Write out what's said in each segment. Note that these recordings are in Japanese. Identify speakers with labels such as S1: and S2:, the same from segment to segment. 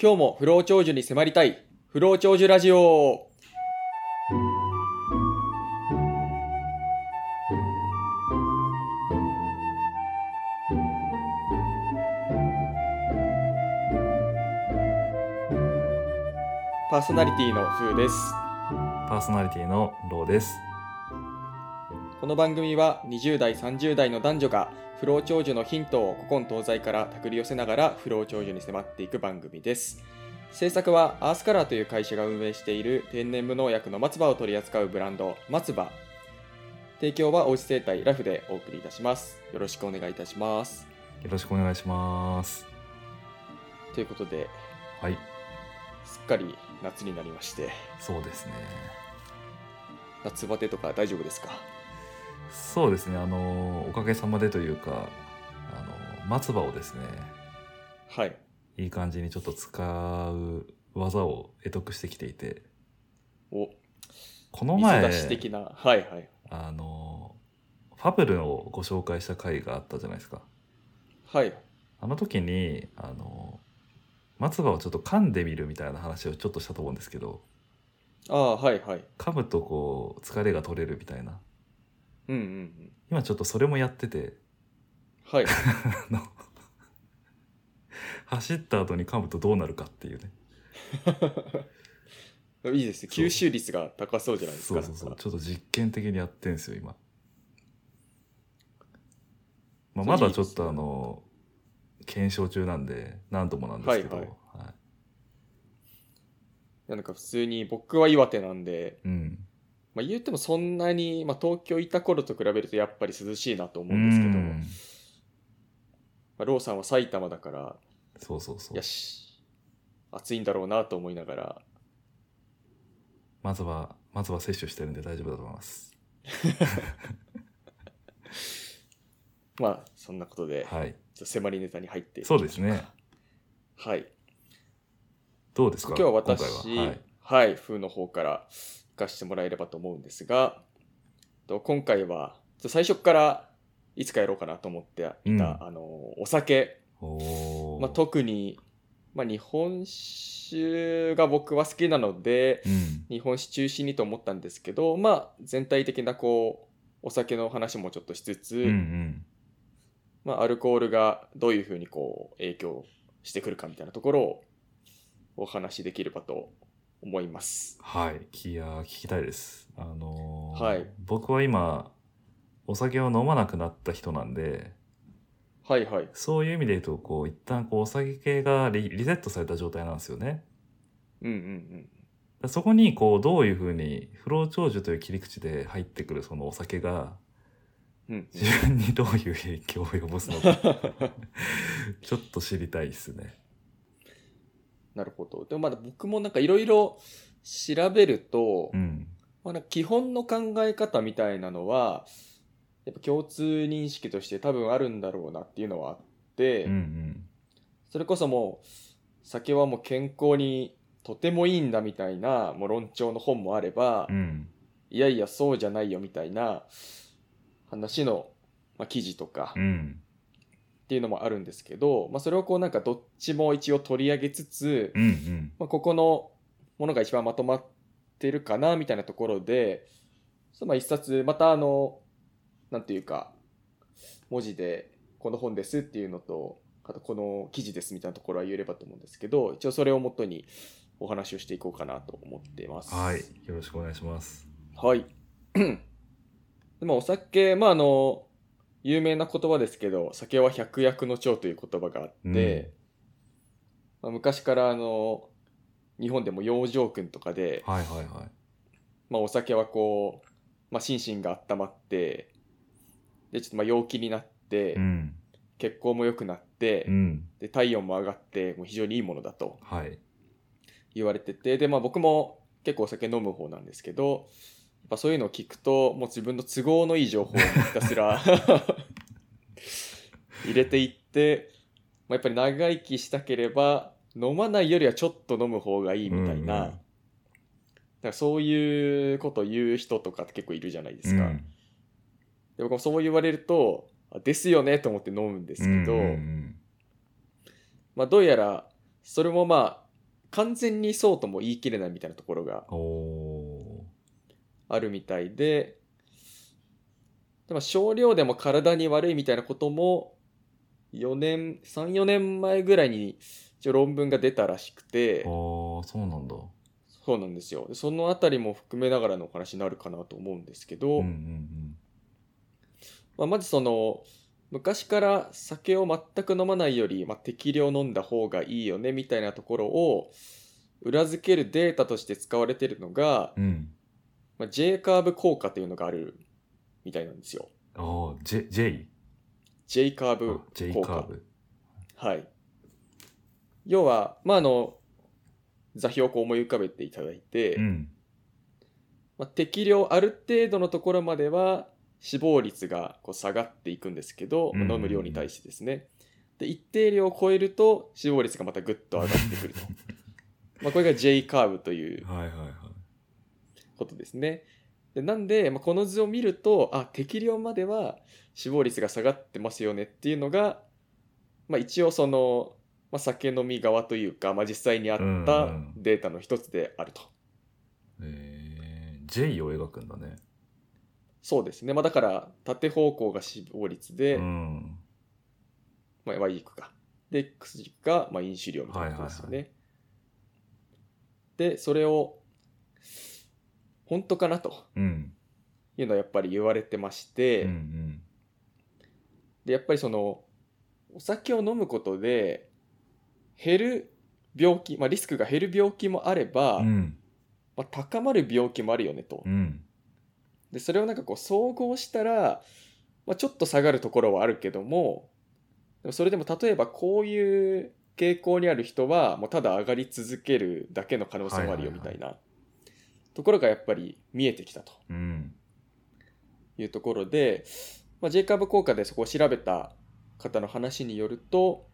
S1: 今日も不老長寿に迫りたい不老長寿ラジオパーソナリティのふうです
S2: パーソナリティのローです。
S1: この番組は20代30代の男女が不老長寿のヒントを古今東西から手繰り寄せながら不老長寿に迫っていく番組です制作はアースカラーという会社が運営している天然無農薬の松葉を取り扱うブランド松葉提供はおうち生態ラフでお送りいたしますよろしくお願いいたします
S2: よろしくお願いします。
S1: ということで
S2: はい、
S1: すっかり夏になりまして
S2: そうですね。
S1: 夏バテとか大丈夫ですか
S2: そうですね。あのおかげさまでというか、あの松葉をですね、
S1: はい
S2: いい感じにちょっと使う技を得得してきていて、
S1: お
S2: この
S1: 水
S2: 前
S1: 出し的なはいはい
S2: あのファブルをご紹介した回があったじゃないですか。
S1: はい
S2: あの時にあの松葉をちょっと噛んでみるみたいな話をちょっとしたと思うんですけど、
S1: ああはいはい
S2: 噛むとこう疲れが取れるみたいな。
S1: うんうんうん
S2: 今ちょっとそれもやってて。
S1: はい
S2: あの走った後に噛むとどうなるかっていうね
S1: いいですね。
S2: そう
S1: 吸収率が高そうじゃないです
S2: そ
S1: か。
S2: うそうそう
S1: なんか
S2: ちょっと実験的にやってんですよ今、ま
S1: それ
S2: あ、ま
S1: い
S2: だ
S1: い
S2: ち
S1: で
S2: ょ
S1: す
S2: っとあの検証中なんで何度もなんですけど、
S1: はい
S2: はい
S1: なんか普通に僕は岩手なんで、
S2: うん
S1: まあ、言ってもそんなに、まあ、東京いた頃と比べるとやっぱり涼しいなと思うんですけど、
S2: うん
S1: まあ、ローさんは埼玉だから、
S2: そうそうそ
S1: よ
S2: う
S1: し、暑いんだろうなと思いながら、
S2: まずはまずは摂取してるんで大丈夫だと思います
S1: まあそんなことで、
S2: はい
S1: ちょっと迫りネタに入っていきま
S2: そ
S1: し
S2: う
S1: ょ
S2: ですね
S1: う。はい。
S2: どうですか
S1: 今日は私、
S2: 今回は、はい、
S1: はい、風の方から行かしてもらえればと思うんですが、と今回は、ちょっと最初からいつかやろうかなと思っていた、
S2: うん
S1: あの、お酒、
S2: おー
S1: まあ、特に、まあ、日本酒が僕は好きなので、
S2: うん
S1: 日本酒中心にと思ったんですけど、まあ、全体的なこう、お酒の話もちょっとしつつ、
S2: うんうん
S1: まあ、アルコールがどういうふうにこう影響してくるかみたいなところをお話しできればと思います。
S2: はい、いやー聞きたいです。あのー
S1: はい
S2: 僕は今お酒を飲まなくなった人なんで
S1: はいはい。
S2: そういう意味で言うとこう一旦こうお酒系がリリセットされた状態なんですよね。
S1: うんうんうん。
S2: だそこにこうどういうふうに不老長寿という切り口で入ってくるそのお酒が
S1: うん
S2: 自分にどういう影響を及ぼす のかちょっと知りたいですね。
S1: なるほど。でもまだ僕もなんかいろいろ調べると、
S2: うん、
S1: まあ、なんか基本の考え方みたいなのは、やっぱ共通認識として多分あるんだろうなっていうのはあって、
S2: うん、うん
S1: それこそもう酒はもう健康にとてもいいんだみたいなもう論調の本もあれば、
S2: うん
S1: いやいやそうじゃないよみたいな話の、まあ、記事とか
S2: う
S1: っ
S2: ん
S1: ていうのもあるんですけど、まあ、それをこうなんかどっちも一応取り上げつつ、
S2: うんうん
S1: まあ、ここのものが一番まとまってるかなみたいなところでそのまあ一冊またあのなんていうか文字でこの本ですっていうのとあとこの記事ですみたいなところは言えればと思うんですけど一応それをもとにお話をしていこうかなと思ってます。
S2: はいよろしくお願いします。
S1: はい。 でもお酒、まああの、有名な言葉ですけど、酒は百薬の長という言葉があって、まあ、昔からあの、日本でも養生訓とかで、
S2: はいはいはい。
S1: まあお酒はこう、まあ心身が温まって、で、ちょっとまあ陽気になって、
S2: うん
S1: 血行も良くなって、
S2: うん
S1: で、体温も上がって、もう非常にいいものだと
S2: はい。
S1: 言われててでまあ僕も結構お酒飲む方なんですけどやっぱそういうのを聞くともう自分の都合のいい情報をひたすら 入れていって、まあ、やっぱり長生きしたければ飲まないよりはちょっと飲む方がいいみたいな、
S2: うんうん
S1: だからそういうことを言う人とかって結構いるじゃないですか、
S2: うん
S1: で僕もそう言われるとあですよねと思って飲むんですけど、
S2: うんうんうん
S1: まあ、どうやらそれもまあ完全にそうとも言い切れないみたいなところが
S2: おお
S1: あるみたいででも少量でも体に悪いみたいなことも4年34年前ぐらいに一応論文が出たらしくて
S2: ー。ああ、そうなんだ。
S1: そうなんですよでそのあたりも含めながらのお話になるかなと思うんですけど、
S2: うんうん
S1: まあ、まずその昔から酒を全く飲まないより、まあ、適量飲んだ方がいいよねみたいなところを裏付けるデータとして使われてるのが、
S2: うん。うん。
S1: まあ、J カーブ効果というのがあるみたいなんですよ。
S2: ああ、J、J?
S1: J カーブ
S2: あ J カ
S1: 効
S2: ー
S1: 果。
S2: ブ。
S1: はい、要は、まあ、あの座標をこう思い浮かべていただいて、
S2: うん。
S1: まあ、適量ある程度のところまでは死亡率がこう下がっていくんですけど、
S2: うん
S1: 飲む量に対してですねで一定量を超えると死亡率がまたぐっと上がって くるとまあこれが J カーブという
S2: はいはいはい。
S1: ことですねでなんで、まあ、この図を見るとあ適量までは死亡率が下がってますよねっていうのが、まあ、一応その、まあ、酒飲み側というか、まあ、実際にあっ
S2: うんう
S1: た
S2: ん
S1: データの一つであると。
S2: えー、J を描くんだね。
S1: そうですね、まあ、だから縦方向が死亡率で、
S2: うん。
S1: まあ、Y 軸か。で、X 軸が、まあ、飲酒量みたいなことですよね。
S2: はい
S1: で、それを、本当かなと
S2: うん。
S1: いうのはやっぱり言われてまして、
S2: うんうん。
S1: で、やっぱりその、お酒を飲むことで、減る病気、まあ、リスクが減る病気もあれば、
S2: うん。
S1: まあ、高まる病気もあるよねと。
S2: うん。
S1: で、それをなんかこう、総合したら、まあ、ちょっと下がるところはあるけども、でもそれでも例えばこういう傾向にある人は、もうただ上がり続けるだけの可能性もあるよ
S2: は
S1: み
S2: いはいは
S1: た
S2: い
S1: いなところがやっぱり見えてきたと
S2: うん。
S1: いうところで、まあ、J カーブ効果でそこを調べた方の話によると、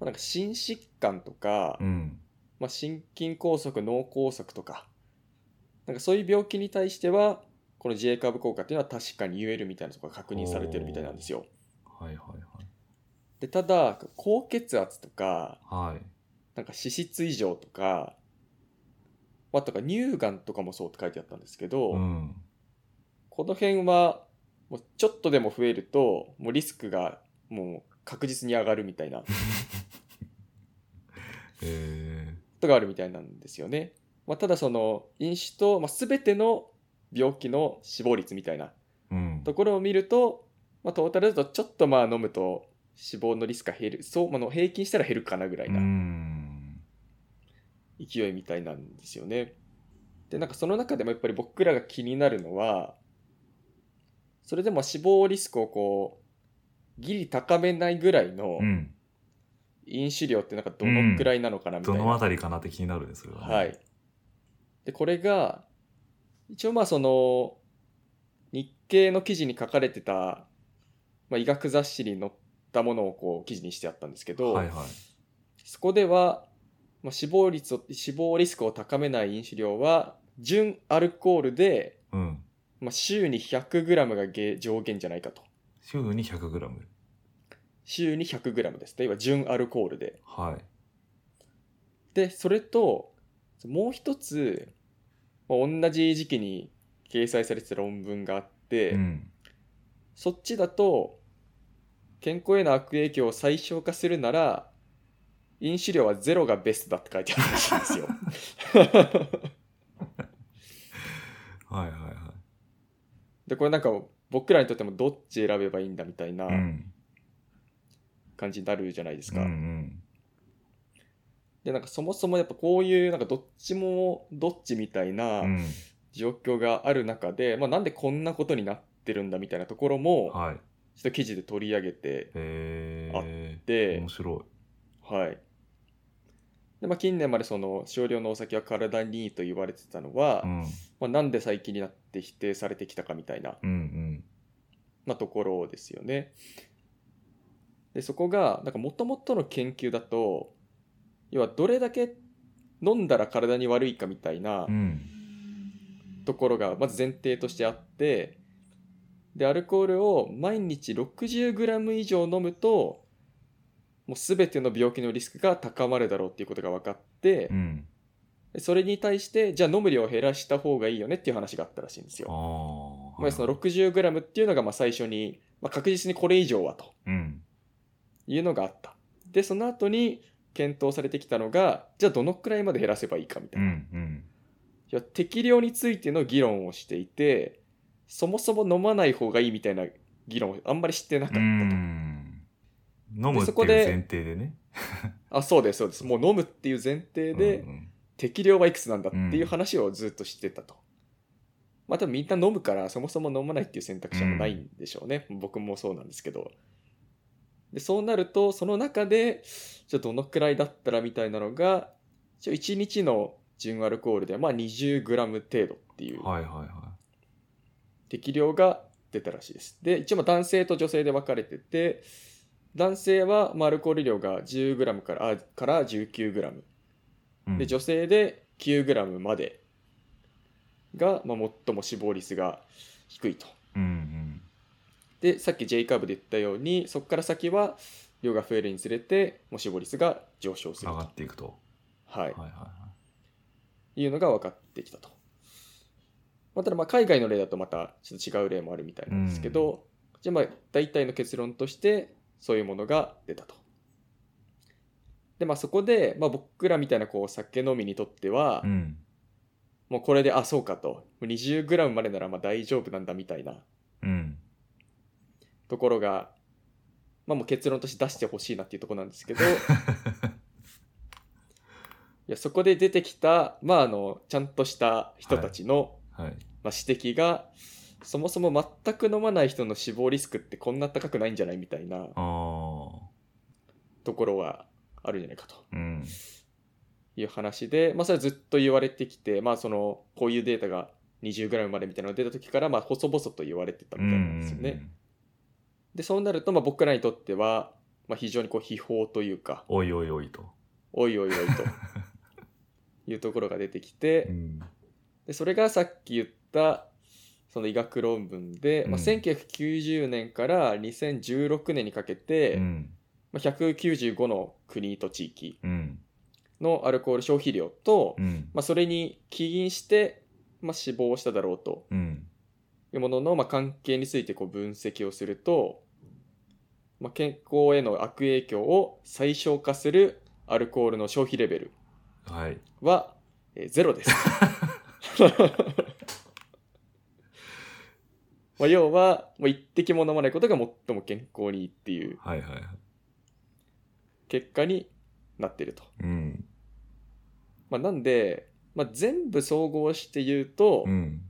S1: まあ、なんか心疾患とか、
S2: うん。
S1: まあ、心筋梗塞脳梗塞とかなんかそういう病気に対してはこの J カーブ効果っていうのは確かに言えるみたいなところが確認されてるみたいなんですよ
S2: はいはい
S1: でただ高血圧とか
S2: はい。はい。
S1: なんか脂質異常とかまあとか乳がんとかもそうって書いてあったんですけど、
S2: うん。
S1: この辺はもうちょっとでも増えるともうリスクがもう確実に上がるみたいな
S2: え
S1: ことがあるみたいなんですよね。まあ、ただその飲酒と、まあ、全ての病気の死亡率みたいな
S2: ー、うん。。
S1: ところを見ると、まあ、トータルだとちょっとまあ飲むと死亡のリスクが減るそう、まあ、の平均したら減るかなぐらいうなん勢いみたいなんですよね。でなんかその中でもやっぱり僕らが気になるのはそれでも死亡リスクをこうギリ高めないぐらいの
S2: うん。
S1: 飲酒量ってなんかどのくらいなのかなみたい
S2: ど
S1: な。
S2: のあたりかなって気になるね、それは、ね。
S1: はい。。で、これが、一応まあその、日経の記事に書かれてた、まあ、医学雑誌に載ったものをこう記事にしてあったんですけど、
S2: はいはい。
S1: そこでは、まあ、死亡率を、死亡リスクを高めない飲酒量は、純アルコールで、
S2: うん。
S1: まあ、週に 100g がげ上限じゃないかと。
S2: 週に 100g。
S1: 週に 100g ですね。今、純アルコールで。
S2: はい。
S1: でそれともう一つ、まあ、同じ時期に掲載されてた論文があって、
S2: うん。
S1: そっちだと健康への悪影響を最小化するなら飲酒量はゼロがベストだって書いてあるらしいんです よ。
S2: はいはいは。
S1: でこれなんか僕らにとってもどっち選べばいいんだみたいない
S2: うん。
S1: 感じになるじゃないです
S2: うん
S1: か。
S2: うん。
S1: でなんかそもそもやっぱこういうなんかどっちもどっちみたいな
S2: うん。
S1: 状況がある中で、まあ、なんでこんなことになってるんだみたいなところも、
S2: はい。
S1: ちょっと記事で取り上げて
S2: えー。
S1: で
S2: 面、白
S1: はい。で、まあ、近年までその少量のお酒は体にいいと言われてたのは、
S2: い。うん。
S1: まあ、なんで最近になって否定されてきたかみたいな、
S2: うん
S1: まあ、ところですよね。で、そこが、なんか元々の研究だと、要はどれだけ飲んだら体に悪いかみたいな
S2: うん。うん。
S1: ところがまず前提としてあって、で、アルコールを毎日 60g 以上飲むと、もうもう全ての病気のリスクが高まるだろうっていうことが分かって
S2: う、ん
S1: でそれに対してじゃあ飲む量を減らした方がいいよねっていう話があったらしいんです
S2: あ
S1: よ。
S2: あ
S1: まあ、その 60g っていうのがまあ最初に、まあ、確実にこれ以上はと
S2: うん
S1: いうのがあった。でその後に検討されてきたのがじゃあどのくらいまで減らせばいいかみた
S2: う
S1: いな。
S2: んうん
S1: いや適量についての議論をしていてそもそも飲まない方がいいみたいな議論をあんまりしてなかっ
S2: う
S1: たと。
S2: ん飲むって
S1: そ
S2: いう
S1: こで
S2: 前提でね
S1: あそうですそうですもう飲むっていう前提で、
S2: うんうん
S1: 適量はいくつなんだっていううん話をずっとしてたと。まあ多分みんな飲むからそもそも飲まないっていう選択肢はもうないんでしょうね。僕もそうなんですけど。でそうなるとその中でじゃあどのくらいだったらみたいなのが一応1日の純アルコールでまあ 20g 程度っていう
S2: はいはいは
S1: 適量が出たらしいです。で、一応まあ男性と女性で分かれてて、男性はまあアルコール量が 10g からあから 19g、
S2: いうん
S1: で女性で 9g までが、まあ、最も死亡率が低いと。
S2: うん
S1: で、さっき J カーブで言ったように、そこから先は量が増えるにつれて、もう死亡率が上昇す
S2: うん
S1: る
S2: 上が
S1: と
S2: っ、ていくと
S1: はい、
S2: はいはいはい
S1: いうのが分かってきたと。まあ、ただまあ海外の例だとまたちょっと違う例もあるみたいなんですけど、じゃあまあ大体の結論としてそういうものが出たと。でまあそこで、まあ、僕らみたいなこう酒飲みにとっては、
S2: いうん
S1: もうこれであそうかと 20g までならまあ大丈夫なんだみたいな
S2: うん
S1: ところが、まあ、もう結論として出してほしいなっていうところなんですけ どいやそこで出てきた、まあ、あのちゃんとした人たちの、
S2: は
S1: まあ、
S2: い
S1: 指摘がそもそも全く飲まない人の死亡リスクってこんな高くないんじゃないみたいな
S2: ああ
S1: ところはあるんじゃないかと
S2: うん
S1: いう話で、まあ、それはずっと言われてきて、まあ、そのこういうデータが 20g までみたいなのが出た時から、まあ、細々と言われてたみたいなんですよね。
S2: うんうんうん
S1: でそうなるとまあ僕らにとっては、まあ、非常にこう秘宝というか
S2: おいおいおいと
S1: おいおいおいと いうところが出てき
S2: う
S1: て
S2: ん
S1: でそれがさっき言ったその医学論文で、まあ、
S2: うん
S1: 1990年から2016年にかけて、
S2: うん
S1: まあ、195の国と地域
S2: うん
S1: のアルコール消費量と、
S2: うん
S1: まあ、それに起因して、まあ、死亡しただろうと
S2: うん
S1: いうものの、まあ、関係についてこう分析をすると、まあ、健康への悪影響を最小化するアルコールの消費レベル
S2: はい
S1: は、えーゼロです。まあ要は、もう一滴も飲まないことが最も健康にいいっていう
S2: はいはいはい
S1: 結果になってると。
S2: うん
S1: まあ、なんで、まあ、全部総合して言うと、
S2: うん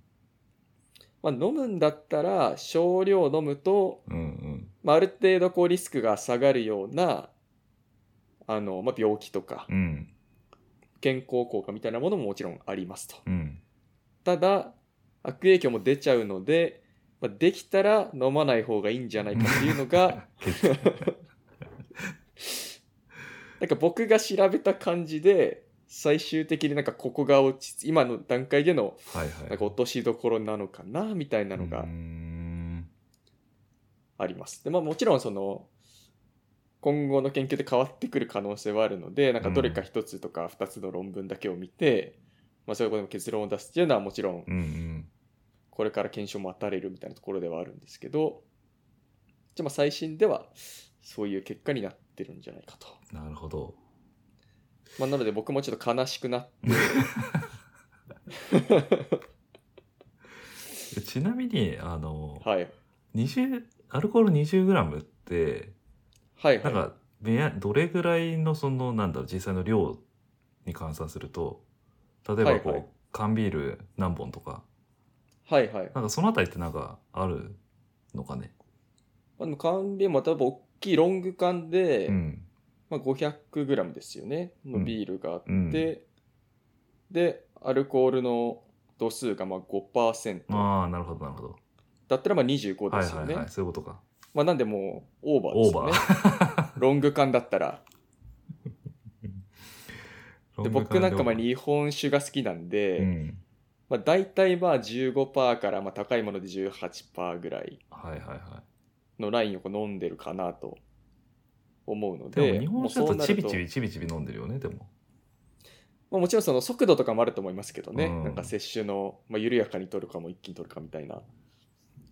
S1: まあ、飲むんだったら少量飲むと、
S2: うんうん
S1: まあ、ある程度こうリスクが下がるようなあの、まあ、病気とか
S2: うん
S1: 健康効果みたいなものももちろんありますと。
S2: うん
S1: ただ悪影響も出ちゃうので、まあ、できたら飲まない方がいいんじゃないかっていうの が
S2: 結論
S1: なんか僕が調べた感じで最終的になんかここが落ち今の段階での
S2: はいはい
S1: なんか落としどころなのかなみたいなのが
S2: うーん
S1: あります。でまあ、もちろんその今後の研究で変わってくる可能性はあるのでなんかどれか一つとか二つの論文だけを見て、まあ、そういうことでも結論を出すっていうのはもちろん
S2: うんうん
S1: これから検証も待たれるみたいなところではあるんですけどじゃあまあ最新ではそういう結果になってるんじゃないかと、
S2: なるほど
S1: まあ、なので僕もちょっと悲しくなって
S2: ちなみにあの、
S1: はい
S2: 20アルコール 20g って
S1: はいは
S2: ないんか目安どれぐらいのそのなんだろう実際の量に換算すると例えばこう、
S1: はいはい
S2: 缶ビール何本とか
S1: はいはい
S2: なんかそのあたりってなんかあるのかね
S1: まあ、でも缶ビールも多分大きいロング缶で、
S2: うん
S1: まあ、500g ですよね
S2: う
S1: の
S2: ん
S1: ビールがあって、
S2: うん
S1: でアルコールの度数がまあ5%
S2: ああなるほどなるほど
S1: だったらまあ25
S2: は
S1: で
S2: い
S1: すよね、
S2: はいはいそういうことか
S1: まあ、なんでもうオーバーで
S2: オ
S1: す
S2: ー
S1: よ
S2: バ
S1: ね
S2: ー
S1: ロング缶だったら
S2: ロン
S1: で
S2: グ
S1: 僕なんかまあ
S2: 缶で
S1: 日本酒が好きなんで、
S2: うん
S1: まあ、大体まあ15%からまあ高いもので18%ぐらい
S2: はいはいはい
S1: のラインをこう飲んでるかなと思うの
S2: で
S1: で
S2: も日本
S1: もう
S2: 酒だ
S1: そう
S2: と
S1: な
S2: ち
S1: る
S2: び
S1: と
S2: ちびちびちび飲んでるよねでも
S1: まあ、もちろんその速度とかもあると思いますけどね、
S2: うん
S1: なんか摂取の、まあ、緩やかに取るかも一気に取るかみたいな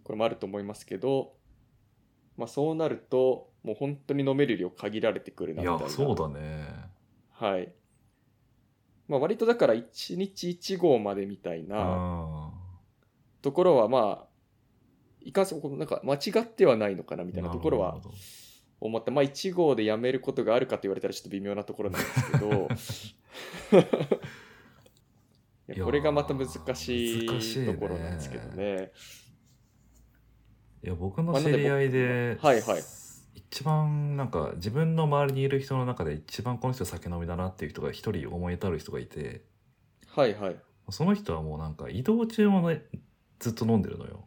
S1: これもあると思いますけど、まあ、そうなるともう本当に飲める量限られてくるないみたい
S2: や
S1: な
S2: そうだね
S1: はいまあ、割とだから1日1合までみたいうなんところはまあいかんせんこうなんか間違ってはないのかなみたいなところ
S2: な
S1: は
S2: るほど
S1: 思ったまあ1合でやめることがあるかと言われたらちょっと微妙なところなんですけど い
S2: いや
S1: や
S2: ー
S1: これがまた難し
S2: 難しい
S1: い
S2: ね
S1: ところなんですけどね
S2: いや僕の
S1: まあなん
S2: 知
S1: で
S2: り合いで、
S1: 僕はいはい
S2: 一番なんか自分の周りにいる人の中で一番この人酒飲みだなっていう人が一人思い当たる人がいて
S1: はいはい
S2: その人はもうなんか移動中もねずっと飲んでるのよ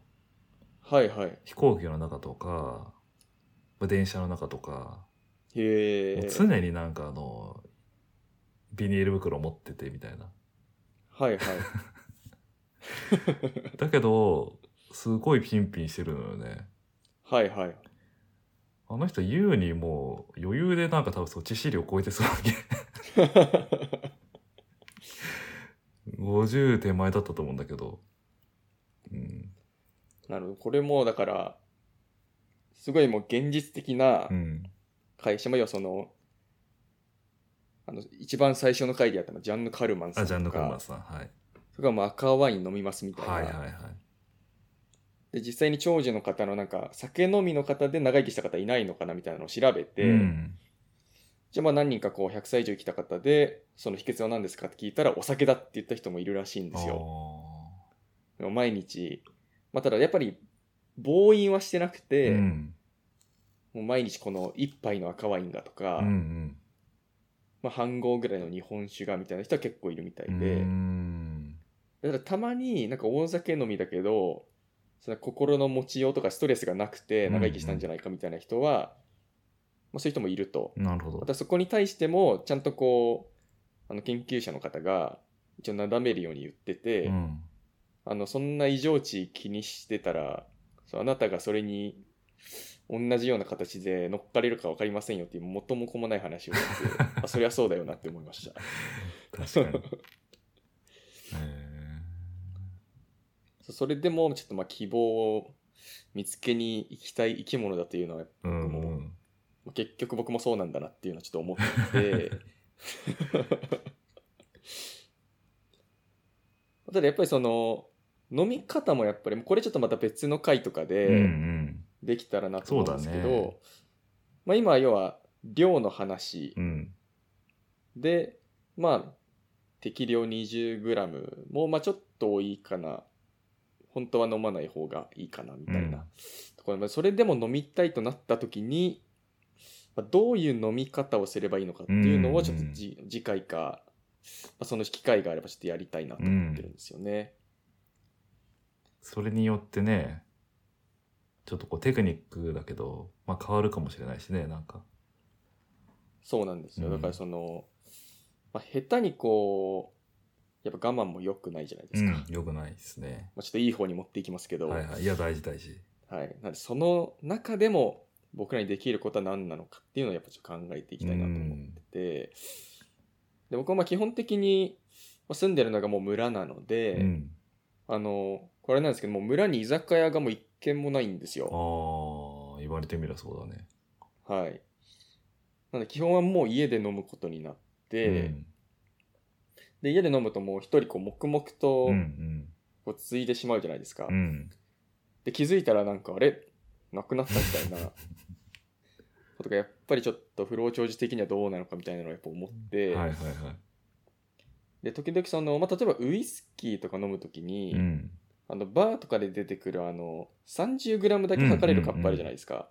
S1: はいはいへ
S2: 飛行機の中とかまあ電車の中とか、も
S1: え
S2: う常になんかあのビニール袋持っててみたいな
S1: はいはい
S2: だけどすごいピンピンしてるのよね
S1: はいはい
S2: あの人優にもう余裕でなんか多分そっち資料超えてそうだけ50手前だったと思うんだけど、うん、
S1: なるほどこれもだからすごいもう現実的な
S2: うん、
S1: 会社も要はそのあの一番最初の回でやったのジャンヌ・カルマンさ
S2: あ
S1: ん
S2: ジャン
S1: と
S2: ヌ・コンマ
S1: か
S2: ンさんはい
S1: それからもう赤ワイン飲みますみたいな、
S2: はいはいはい
S1: で実際に長寿の方のなんか酒飲みの方で長生きした方いないのかなみたいなのを調べて、
S2: うん、
S1: じゃあまあ何人かこう100歳以上生きた方でその秘訣は何ですかって聞いたらお酒だって言った人もいるらしいんですよでも毎日、まあ、ただやっぱり暴飲はしてなく
S2: あ
S1: て、
S2: ーうん
S1: もう毎日この1杯の赤ワインがとか、
S2: うん
S1: まあ、半合ぐらいの日本酒がみたいな人は結構いるみたい
S2: うん
S1: で、
S2: うん
S1: だからたまになんか大酒飲みだけどその心の持ちようとかストレスがなくて長生きしたんじゃないかみたいな人は、まあ、そういう人もいると。
S2: なるほ
S1: ま
S2: ど
S1: たそこに対してもちゃんとこうあの研究者の方が一応なだめるように言ってて、
S2: うん
S1: あのそんな異常値気にしてたらそうあなたがそれに同じような形で乗っかれるか分かりませんよっていう元も子もない話を しててあそりゃそうだよなって思いました。
S2: 確か にえ
S1: そうそれでもちょっとまあ希望を見つけに行きたい生き物だというのは
S2: ーうん
S1: 僕も
S2: うん
S1: まあ結局僕もそうなんだなっていうのはちょっと思って ただやっぱりその飲み方もやっぱりこれちょっとまた別の回とか
S2: うんう
S1: で
S2: ん
S1: できたらなと思うんですけど、
S2: そうだね
S1: まあ、今は要は量の話
S2: うん
S1: で、まあ適量 20g もまあちょっと多いかな本当は飲まない方がいいかなみたいな、
S2: うん
S1: ところまあそれでも飲みたいとなった時にまあどういう飲み方をすればいいのかっていうのをちょっとじ、次回か、まあその機会があればちょっとやりたいなと思ってるんですよね。
S2: それによってねちょっとこうテクニックだけど、まあ、変わるかもしれないしねなんか
S1: そうなんですよ。
S2: うん
S1: だからその、まあ、下手にこうやっぱ我慢も良くないじゃないで
S2: う
S1: すか。ま
S2: ん、よくないですね
S1: あちょっといい方に持っていきますけど、
S2: はいはいいや大事大事
S1: はい、なんでその中でも僕らにできることは何なのかっていうのをやっぱちょっと考えていきたいなと思ってて、で僕はまあ基本的にまあ住んでるのがもう村なので、
S2: うん
S1: あのこれなんですけどもう村に居酒屋がもう一軒もないんです
S2: あ
S1: よ。
S2: あ言われてみればそうだね
S1: はい、なので基本はもう家で飲むことになって、で家で飲むともう一人こう黙々と
S2: うんうん
S1: こうついでしまうじゃないですか。
S2: うんうん
S1: で気づいたらなんかあれなくなったみたい なことがやっぱりちょっと不老長寿的にはどうなのかみたいなのをやっぱ思って、
S2: はいはいは
S1: で時々その、まあ、例えばウイスキーとか飲む時
S2: い
S1: に、
S2: うん
S1: あのバーとかで出てくるあの 30g だけ測れるカップあるじゃないですか、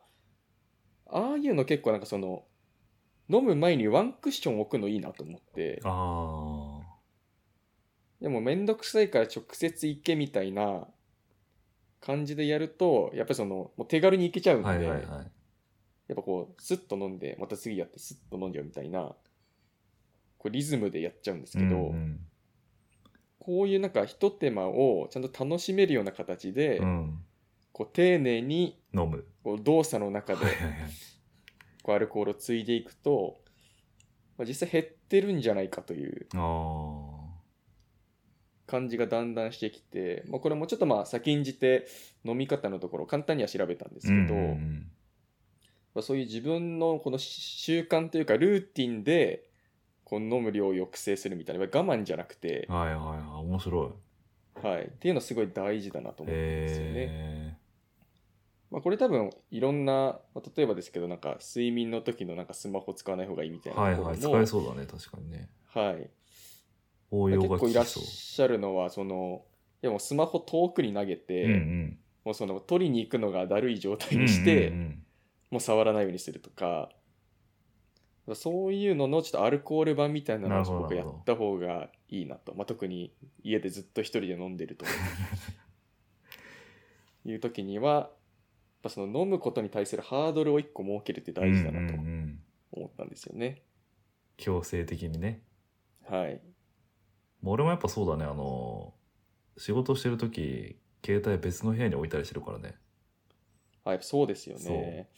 S1: ああいうの結構なんかその飲む前にワンクッション置くのいいなと思って
S2: ああ
S1: でもめんどくさいから直接行けみたいな感じでやるとやっぱりそのもう手軽に行けちゃうんで、
S2: はいはいはい
S1: やっぱこう、スッと飲んで、また次やって、スッと飲んじゃうみたいな、こうリズムでやっちゃうんですけど、
S2: うん
S1: こういうなんか、ひと手間をちゃんと楽しめるような形で、
S2: うんうん
S1: こう丁寧に
S2: 飲む
S1: こう動作の中
S2: はい
S1: で
S2: はいはい
S1: 個アルコールを継いでいくと、まあ、実際減ってるんじゃないかという
S2: ああ。
S1: 感じがだんだんしてきて、まあ、これもちょっとまあ先んじて飲み方のところ簡単には調べたんですけど、
S2: うんうん
S1: まあ、そういう自分のこの習慣というかルーティンでこう飲む量を抑制するみたいなやっぱり我慢じゃなくて
S2: う、ん、はいはいはい。面白い。
S1: はい、っていうのすごい大事だなと思うんですよね。
S2: え
S1: まあ、これ多分いろんな、まあ例えばですけどなんか睡眠の時のなんかスマホ使わない方がいいみた
S2: え
S1: い
S2: ー。は
S1: ないとこ
S2: はい。
S1: ろ
S2: 使
S1: も、
S2: えそうだね。確かにね。
S1: はい、
S2: 応用
S1: 結
S2: が
S1: 構
S2: 効
S1: いら
S2: き
S1: っ
S2: そう。
S1: しゃるのはそのいやもうスマホ遠くに投げて、
S2: うんうん。
S1: もうその取りに行くのがだるい状態にして、
S2: うんうんうん
S1: もう触らないようにするとかそういうののちょっとアルコール版みたいなの
S2: な
S1: を
S2: るほど
S1: 僕
S2: な
S1: や
S2: るほど
S1: った方がいいなとまあ、特に家でずっと一人で飲んでる という時にはやっぱその飲むことに対するハードルを一個設けるって大事だなと
S2: うんうんうん
S1: 思ったんですよね。
S2: 強制的にね。
S1: はい、
S2: まあ俺もやっぱそうだね。あの、仕事してる時携帯別の部屋に置いたりしてるからね。
S1: はい、そうですよ
S2: そう
S1: ね。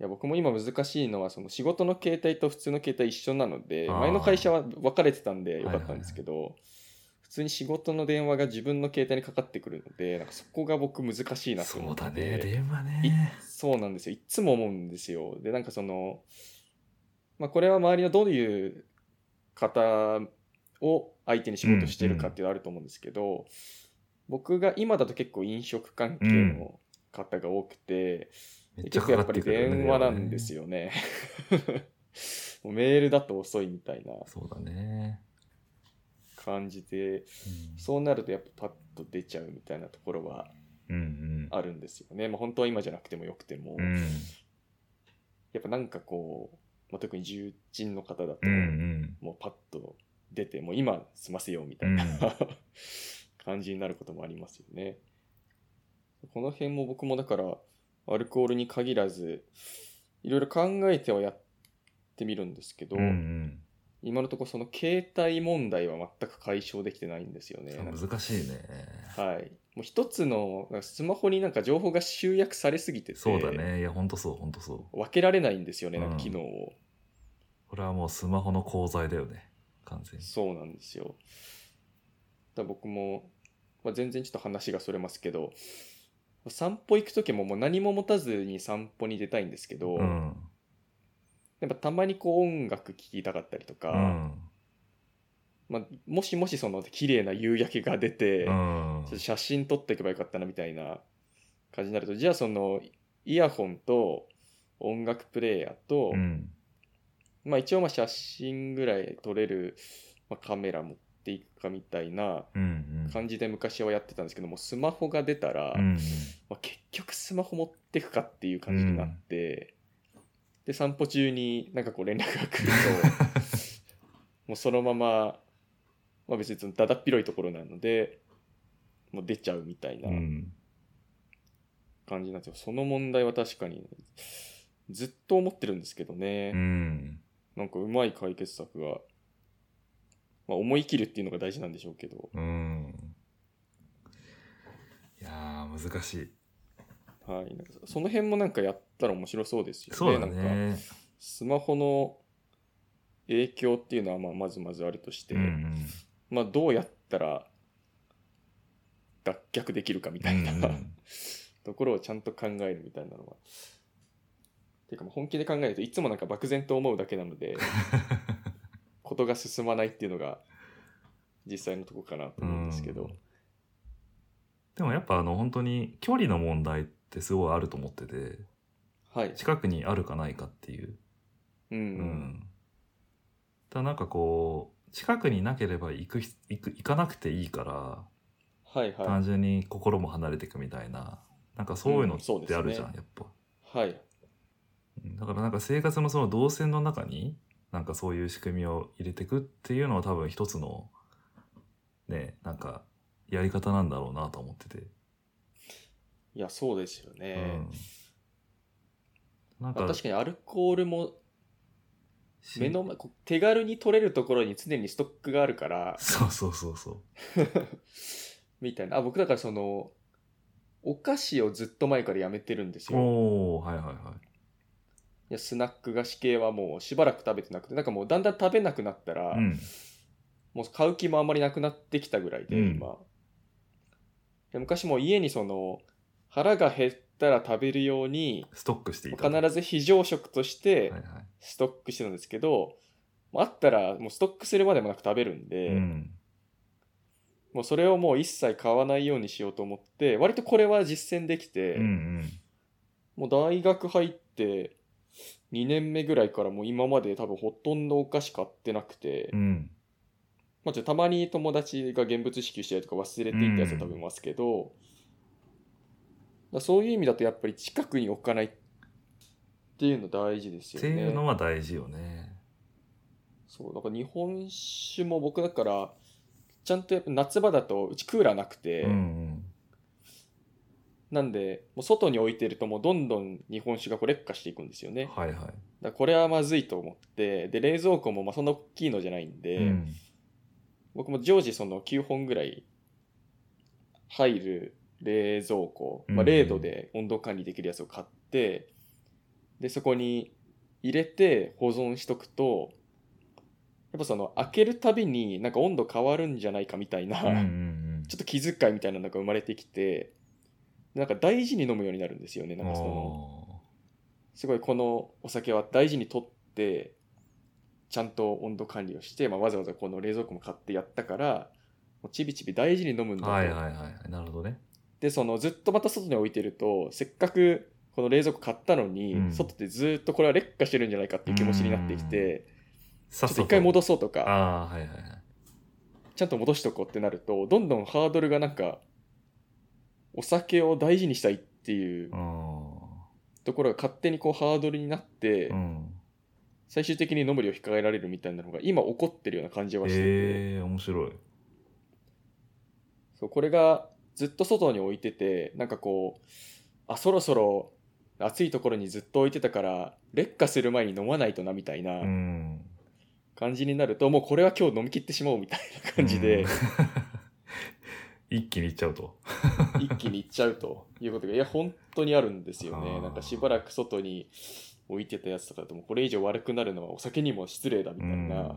S1: いや僕も今難しいのはその仕事の携帯と普通の携帯一緒なので
S2: あー
S1: 前の会社は分かれてたんでよかったんですけど、普通に仕事の電話が自分の携帯にかかってくるのでなんかそこが僕難しいなと
S2: そ
S1: 思
S2: う
S1: って
S2: だね。電話ね。
S1: そうなんですよいっつも思うんですよでなんかその、まあ、これは周りのどういう方を相手に仕事してるかっていうのあると思うんですけど、僕が今だと結構飲食関係の方が多くて、
S2: めっち
S1: 結
S2: ゃ
S1: 構
S2: か
S1: や
S2: か
S1: っぱ
S2: って
S1: り
S2: くるよね。
S1: 電話なんです
S2: よ。
S1: よね。 もうメールだと遅いみたいな
S2: そうだね。
S1: 感じで、
S2: うん
S1: そうなるとやっぱパッと出ちゃうみたいなところは
S2: うん
S1: あるんですよね。まあ、本当は今じゃなくてもよくても、
S2: うん。うん
S1: やっぱなんかこう、まあ、特に重鎮の方だと、
S2: うんうん。
S1: もうパッと出て、もう今済ませようみた
S2: う
S1: いな、
S2: ん
S1: 感じになることもありますよね。この辺も僕もだから、アルコールに限らず、いろいろ考えてはやってみるんですけ ど、
S2: うんうん
S1: 今のところその携帯問題は全く解消できてないんですよね。
S2: 難しいね。
S1: はい。もう一つのなんかスマホになんか情報が集約されすぎてて、
S2: そうだね。いや、ほんとそう、ほんとそう。
S1: 分けられないんですよね、なん
S2: う
S1: か
S2: ん
S1: 機能を。
S2: これはもうスマホの功罪だよね。完全に。
S1: そうなんですよ。だから僕も、まあ、全然ちょっと話がそれますけど、散歩行く時ももう何も持たずに散歩に出たいんですけど、
S2: うん。
S1: やっぱたまにこう音楽聴きたかったりとか、
S2: うん。
S1: まあ、もしもしその綺麗な夕焼けが出て、
S2: うん
S1: ちょっと写真撮っていけばよかったなみたいな感じになるとじゃあそのイヤホンと音楽プレイヤーと、
S2: うん。
S1: まあ一応まあ写真ぐらい撮れる、まあ、カメラ持っていくかみたいな
S2: うんうん。
S1: 感じで昔はやってたんですけどもスマホが出たら、
S2: うん
S1: まあ、結局スマホ持ってくかっていう感じになって、で散歩中になんかこう連絡が来る ともうそのまま、まあ、別にそのだだっ広いところなのでもう出ちゃうみたいな
S2: うん。うん。
S1: 感じになって、その問題は確かにずっと思ってるんですけどね、
S2: うん。
S1: なんかうまい解決策が、まあ、思い切るっていうのが大事なんでしょうけど、
S2: うん。いやー、難しい。
S1: はい、なんかその辺もなんかやったら面白そうですよね。
S2: そうだ
S1: なんか
S2: ね。
S1: スマホの影響っていうのはまあまずまずあるとして、
S2: うんうん。
S1: まあどうやったら脱却できるかみたいな、
S2: うんうん
S1: ところをちゃんと考えるみたいなのは。ていうかもう本気で考えるといつもなんか漠然と思うだけなの でことが進まないっていうのが実際のとこかなと思うんですけど
S2: う。んでもやっぱあの本当に距離の問題ってすごいあると思ってて
S1: はい。
S2: 近くにあるかないかっていう、
S1: う
S2: うん
S1: ん。
S2: ただなんかこう近くになければ行くひ行く行かなくていいから
S1: はいは
S2: 単純に心も離れていくみたいな、なんかそういうの
S1: うんそうで
S2: っ
S1: す
S2: て
S1: ね
S2: あるじゃん、やっぱ
S1: い。はい。
S2: うんだからなんか生活のその動線の中になんかそういう仕組みを入れていくっていうのは多分一つのねなんかやり方なんだろうなと思ってて、
S1: いや、そうですよね。
S2: うん、なん
S1: まあ
S2: か
S1: 確かにアルコールも
S2: し
S1: 目の前、こう手軽に取れるところに常にストックがある から、
S2: そうそうそうそう
S1: みたいな。あ、僕だからその、お菓子をずっと前からやめてるんですよ。
S2: おおはいはいはい
S1: いやスナック菓子系はもうしばらく食べてなくてなんかもうだんだん食べなくなったら、
S2: うん。
S1: もう買う気もあんまりなくなってきたぐらいで、
S2: うん
S1: 今で昔も家にその腹が減ったら食べるように
S2: ストックしていた。
S1: 必ず非常食として
S2: はいはい。
S1: ストックしてたんですけど、まああったらもうストックするまでもなく食べるんで、
S2: うん。
S1: もうそれをもう一切買わないようにしようと思って割とこれは実践できて、
S2: うんうん。
S1: もう大学入って2年目ぐらいからもう今まで多分ほとんどお菓子買ってなくて、
S2: うん。
S1: まあ、ちょっとたまに友達が現物支給したりとか忘れていったやつは食べますけど、だからそういう意味だとやっぱり近くに置かないっていうの大事ですよ
S2: っていうの
S1: ね。
S2: は大事よね。
S1: そうだから日本酒も僕だからちゃんとやっぱ夏場だとうちクーラーなくて、
S2: うん
S1: なんでもう外に置いてるともうどんどん日本酒がこう劣化していくんですよ
S2: うん。
S1: ね。
S2: はいは
S1: だからこれはまずいと思ってで冷蔵庫もまあそんな大きいのじゃないん
S2: い。
S1: で、
S2: うん。
S1: 僕も常時その9本ぐらい入る冷蔵庫、ま
S2: う
S1: あ、
S2: ん
S1: 0度で温度管理できるやつを買って、でそこに入れて保存しとくとやっぱその開けるたびになんか温度変わるんじゃないかみたいな、
S2: うんうんうん。
S1: ちょっと気遣いみたいなのが生まれてきてなんか大事に飲むようになるんですよねなんかその
S2: お
S1: すごいこのお酒は大事にとってちゃんと温度管理をして、まあ、わざわざこの冷蔵庫も買ってやったからもうちびちび大事に飲むん
S2: ー
S1: だと、
S2: はいはいはい。なるほどね。
S1: でそのずっとまた外に置いてるとせっかくこの冷蔵庫買ったのに、
S2: うん
S1: 外でずっとこれは劣化してるんじゃないかっていう気持ちになってきて、
S2: さ
S1: ちょっと一回戻そうと
S2: あ
S1: か
S2: あー、はいはいはい。
S1: ちゃんと戻しとこうってなるとどんどんハードルがなんかお酒を大事にしたいっていう
S2: う
S1: ところが勝手にこうハードルになって、
S2: ん。うん。
S1: 最終的に飲む量を控えられるみたいなのが今起こってるような感じはしてて、
S2: ええー、面白い。
S1: そうこれがずっと外に置いててなんかこうあそろそろ暑いところにずっと置いてたから劣化する前に飲まないとなみたいな
S2: うん。
S1: 感じになると、もうこれは今日飲み切ってしまおうみたいな感じで
S2: うん 一気にいっちゃうと。
S1: 一気にいっちゃうということがいや本当にあるんですよ
S2: あ
S1: ね
S2: ー
S1: なんかしばらく外に置いてたやつとかだともうこれ以上悪くなるのはお酒にも失礼だみたいな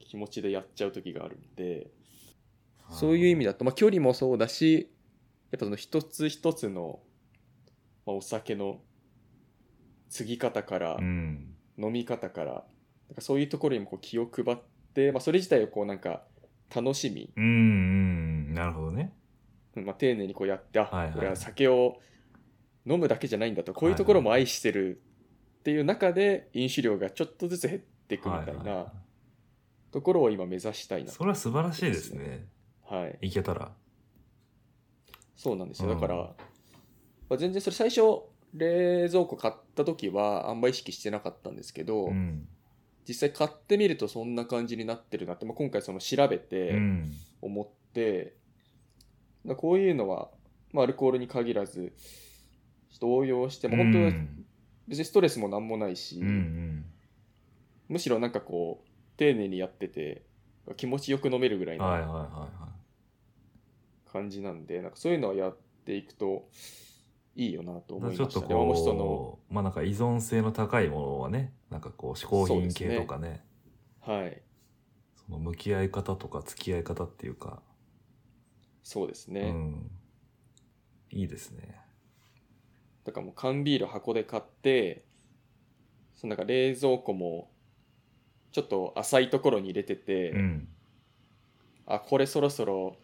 S1: 気持ちでやっちゃう時があるんで。そういう意味
S2: だ。
S1: だと、まあ、距離もそうだし、やっぱその一つ一つの、まあ、お酒の継ぎ方から
S2: う、ん。
S1: 飲み方から、なんかそういうところにもこう気を配って、まあ、それ自体をこうなんか楽しみ、
S2: うんうん。なるほどね。
S1: まあ、丁寧にこうやって、あ、
S2: はいはい
S1: 俺は酒を飲むだけじゃないんだと、こういうところも愛してるっていう中で、飲酒量がちょっとずつ減っていくみたい
S2: はいはいは
S1: なところを今目指したいな。
S2: それは素晴らしいですね。
S1: はい。
S2: いけたら。
S1: そうなんですよ。
S2: うん
S1: だから、まあ、全然それ最初、冷蔵庫買った時はあんま意識してなかったんですけど、
S2: うん。
S1: 実際買ってみるとそんな感じになってるなって、まあ、今回その調べ
S2: う
S1: て
S2: ん。
S1: 思って、だからこういうのは、まあ、アルコールに限らず、ちょっと応用しても、本当
S2: う
S1: は
S2: ん
S1: 別にストレスもなんもないし、
S2: うん
S1: むしろなんかこう、丁寧にやってて、気持ちよく飲めるぐら
S2: う
S1: い
S2: ん。
S1: の
S2: はいはいはいは
S1: 感じなんで、なんかそういうのをやっていくといいよなと
S2: い。
S1: 思い
S2: ちょ
S1: ま
S2: っ
S1: した
S2: と
S1: ね。まあもしその
S2: こう、まあなんか依存性の高いものはね、なんかこう、嗜好品系とかね、
S1: はい、
S2: その向き合い方とか付き合い方っていうか、
S1: そうですね。
S2: うん。いいですね。
S1: だからもう缶ビール箱で買って、そのなんか冷蔵庫もちょっと浅いところに入れてて、
S2: うん。
S1: あ、これそろそろ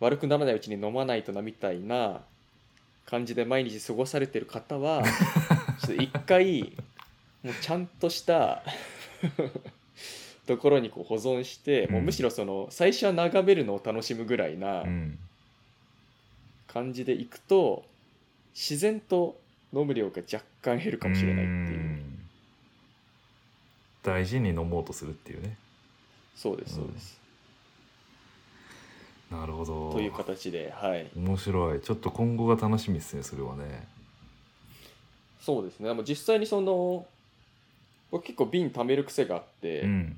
S1: 悪くならないうちに飲まないとなみたいな感じで毎日過ごされてる方 は、ちょっと一回、もうちゃんとした ところにこう保存して、もうむしろその最初は眺めるのを楽しむぐらいな、
S2: うん。
S1: 感じでいくと自然と飲む量が若干減るかもしれないっていううん
S2: 大事に飲もうとするっていうね
S1: そうですそうです、
S2: なるほど
S1: という形ではい
S2: 面白いちょっと今後が楽しみですねそれはね
S1: そうですねでも実際にその僕結構瓶貯める癖があって、
S2: うん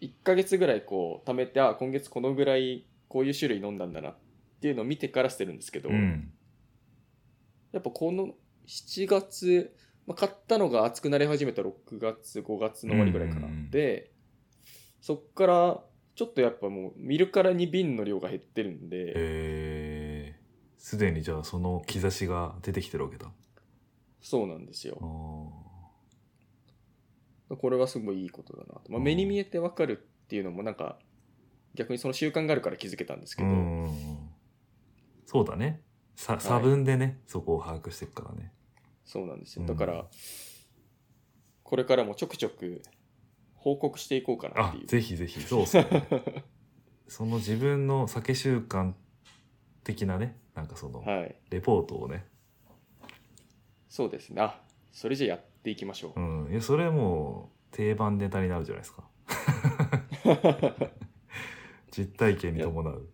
S1: 1ヶ月ぐらいこう貯めてあ今月このぐらいこういう種類飲んだんだなっていうのを見てから捨てるんですけど、
S2: うん
S1: やっぱこの7月まあ、買ったのが熱くなり始めた6月、5月の終わりぐらいかな。
S2: うんうんうん
S1: で、そっから、ちょっとやっぱもう、見るからに瓶の量が減ってるんで、
S2: えーすでにじゃあその兆しが出てきてるわけだ。
S1: そうなんですよ
S2: あ。ー
S1: これはすごいいいことだなと。まあ、
S2: うん
S1: 目に見えてわかるっていうのもなんか、逆にその習慣があるから気づけたんですけ
S2: う
S1: ど、
S2: んうんうんそうだね。さ
S1: い
S2: 差分でね、そこを把握していくからね。
S1: そうなんです
S2: う
S1: よ。
S2: ん
S1: だから、これからもちょくちょく報告していこうかなっ
S2: あ
S1: ていう。
S2: ぜひぜひそうそう その自分の酒習慣的なねなんかその
S1: はい。
S2: レポートをね、
S1: そうですね。あ、それじゃあやっていきましょう。
S2: うんいやそれはもう定番ネタになるじゃないです か実体験に伴う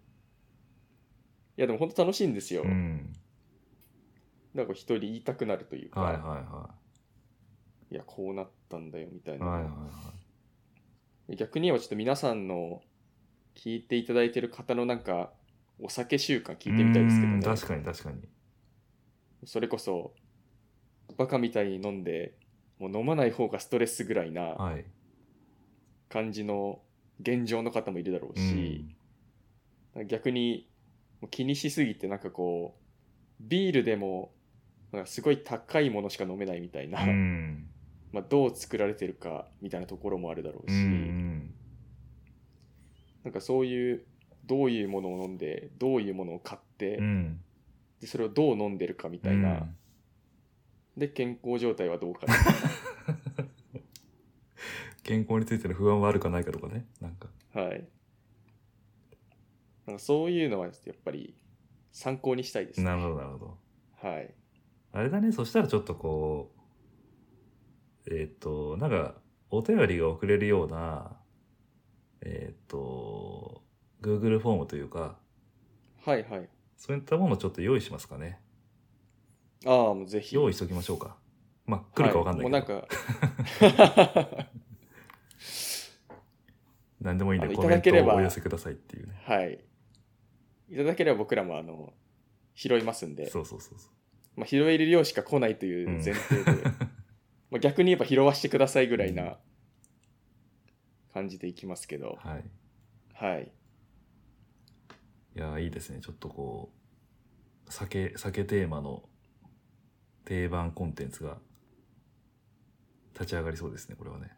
S1: いや、でも本当楽しいんですよ。
S2: うん
S1: なんか一人言いたくなるというか、、
S2: はいはいはい
S1: や、こうなったんだよみたい
S2: い
S1: な。
S2: はいはいはい
S1: 逆に言えばちょっと皆さんの聞いていただいてる方のなんか、お酒習慣聞いてみたいですけど
S2: う
S1: ね
S2: ん。確かに確かに
S1: それこそ、バカみたいに飲んで、もう飲まない方がストレスぐらいな
S2: はい
S1: 感じの現状の方もいるだろうし、逆にもう気にしすぎてなんかこう、ビールでも、なんかすごい高いものしか飲めないみたいな、
S2: うんうん
S1: まあどう作られてるかみたいなところもあるだろう
S2: う
S1: し、
S2: ん
S1: なんかそういう、どういうものを飲んで、どういうものを買って、
S2: うん
S1: でそれをどう飲んでるかみたいな、
S2: うん
S1: で、健康状態はどう かみたい
S2: 健康についての不安はあるかないかとかねなんか
S1: な。はい。なんかそういうのは、やっぱり参考にしたいですね。
S2: なるほどなるほど
S1: はい。
S2: あれだね、そしたらちょっとこう、えーっ、と、なんか、お便りが送れるような、えーっ、と、Google フォームというか、
S1: はいはい。
S2: そういったものをちょっと用意しますかね。
S1: ああ、もうぜひ。
S2: 用
S1: 意
S2: 意しときましょうか。まあ、来るかわかんないけど、
S1: もうなんか、
S2: 何でもいいん
S1: あ
S2: で、
S1: の
S2: コメントをお寄せくださいっていうね。
S1: はい。いただければ僕らもあの、拾いますんで、
S2: そうそうそうそ
S1: まあ、拾える量しか来ないという前提 で、まあ逆に言えば拾わしてくださいぐらいな感じでいきますけど、
S2: う。はい。
S1: はい。
S2: いやー、いいですね。ちょっとこう、酒、酒テーマの定番コンテンツが立ち上がりそうですね、これはね。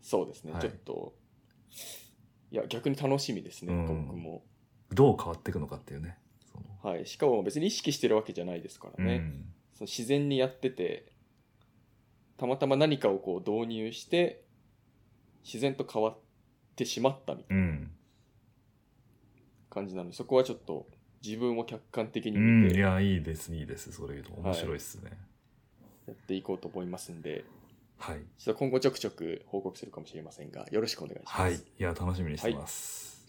S1: そうですね、
S2: はい
S1: ちょっと、いや、逆に楽しみですね、
S2: う
S1: な
S2: ん
S1: んか僕も。
S2: どう変わっていくのかっていうね。その
S1: はい、しかも別に意識してるわけじゃないですからね、その自然にやってて、たまたま何かをこう導入して、自然と変わってしまったみたい
S2: うん、うん
S1: な感じなので、そこはちょっと自分を客観的に
S2: う
S1: 見
S2: ん、い
S1: てや
S2: やいいですいいですそれ面白いっすね
S1: っていこうと思いますんで、
S2: はい
S1: ちょっと今後ちょくちょく報告するかもしれませんが、よろしくお願いします。
S2: はい、い、や楽しみにしてます、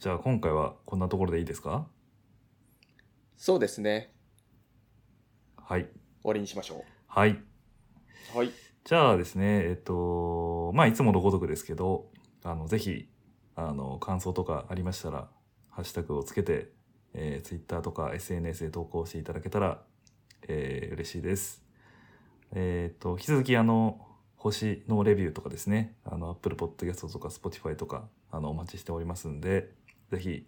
S2: じゃあ今回はこんなところでいいですか
S1: そうですね、
S2: はい
S1: 終わりにしましょ
S2: はい
S1: う。はい、
S2: じゃあですねえっとまあいつものごとくですけどあのぜひあの感想とかありましたらハッシュタグをつけて、えー、Twitter とか SNS で投稿していただけたら、えー、嬉しいですえっと引き続きあの星のレビューとかですねあの Apple Podcast とか Spotify とかあのお待ちしておりますんでぜひ、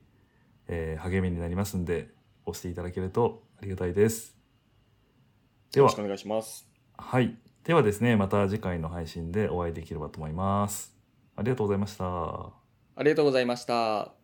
S2: えー励みになりますんで押していただけるとありがたいですで
S1: よろ
S2: は
S1: しくお願いします。
S2: はい。ではですね、また次回の配信でお会いできればと思います。ありがとうございました。
S1: ありがとうございました。